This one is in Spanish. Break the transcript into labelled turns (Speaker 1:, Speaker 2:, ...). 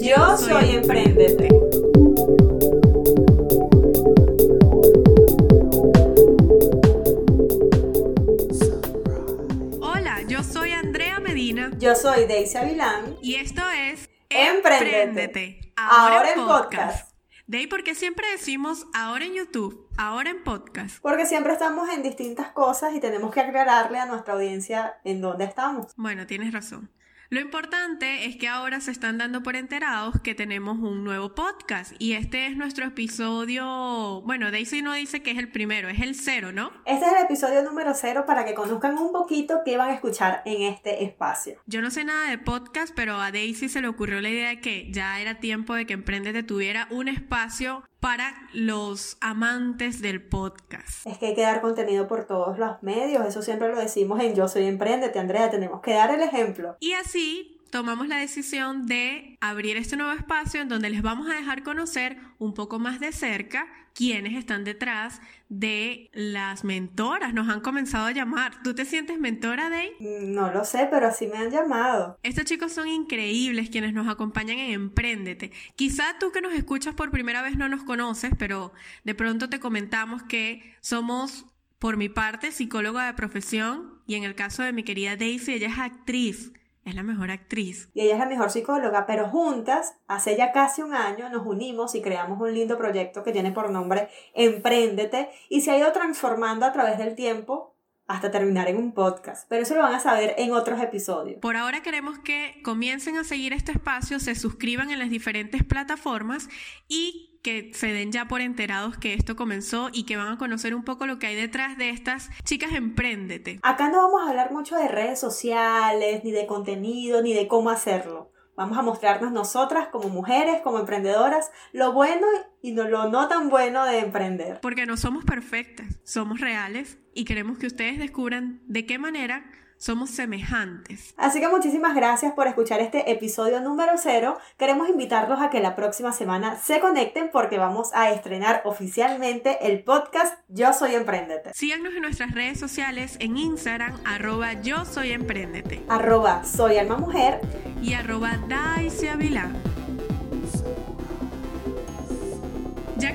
Speaker 1: Yo soy Emprendete.
Speaker 2: Hola, yo soy Andrea Medina
Speaker 1: Yo soy Daisy Avilán.
Speaker 2: y esto es
Speaker 1: Emprendete. Ahora en podcast.
Speaker 2: De ahí porque siempre decimos ahora en YouTube, ahora en podcast.
Speaker 1: Porque siempre estamos en distintas cosas y tenemos que aclararle a nuestra audiencia en dónde estamos.
Speaker 2: Bueno, tienes razón. Lo importante es que ahora se están dando por enterados que tenemos un nuevo podcast y este es nuestro episodio, bueno, Daisy no dice que es el primero, es el cero, ¿no?
Speaker 1: Este es el episodio número cero para que conozcan un poquito qué van a escuchar en este espacio.
Speaker 2: Yo no sé nada de podcast, pero a Daisy se le ocurrió la idea de que ya era tiempo de que Emprendete tuviera un espacio para los amantes del podcast.
Speaker 1: Es que hay que dar contenido por todos los medios, eso siempre lo decimos en Yo soy Emprendete, Andrea, tenemos que dar el ejemplo.
Speaker 2: Y así tomamos la decisión de abrir este nuevo espacio en donde les vamos a dejar conocer un poco más de cerca quiénes están detrás de las mentoras. Nos han comenzado a llamar. ¿Tú te sientes mentora, Day?
Speaker 1: Mm, No lo sé, pero así me han llamado.
Speaker 2: Estos chicos son increíbles quienes nos acompañan en Emprendete. Quizá tú que nos escuchas por primera vez no nos conoces, pero de pronto te comentamos que somos, por mi parte, psicóloga de profesión y en el caso de mi querida Daisy, ella es actriz, es la mejor actriz.
Speaker 1: Y ella es la mejor psicóloga, pero juntas, hace ya casi un año, nos unimos y creamos un lindo proyecto que tiene por nombre Empréndete y se ha ido transformando a través del tiempo hasta terminar en un podcast. Pero eso lo van a saber en otros episodios.
Speaker 2: Por ahora queremos que comiencen a seguir este espacio, se suscriban en las diferentes plataformas y que se den ya por enterados que esto comenzó y que van a conocer un poco lo que hay detrás de estas chicas Emprendete.
Speaker 1: Acá no vamos a hablar mucho de redes sociales, ni de contenido, ni de cómo hacerlo. Vamos a mostrarnos nosotras como mujeres, como emprendedoras, lo bueno y no- lo no tan bueno de emprender.
Speaker 2: Porque no somos perfectas, somos reales y queremos que ustedes descubran de qué manera somos semejantes.
Speaker 1: Así que muchísimas gracias por escuchar este episodio número 0. Queremos invitarlos a que la próxima semana se conecten porque vamos a estrenar oficialmente el podcast Yo Soy Emprendete.
Speaker 2: Síganos en nuestras redes sociales en Instagram, arroba yo soy emprendete
Speaker 1: Arroba Soy Alma Mujer.
Speaker 2: y arroba Daisy Avilá. Ya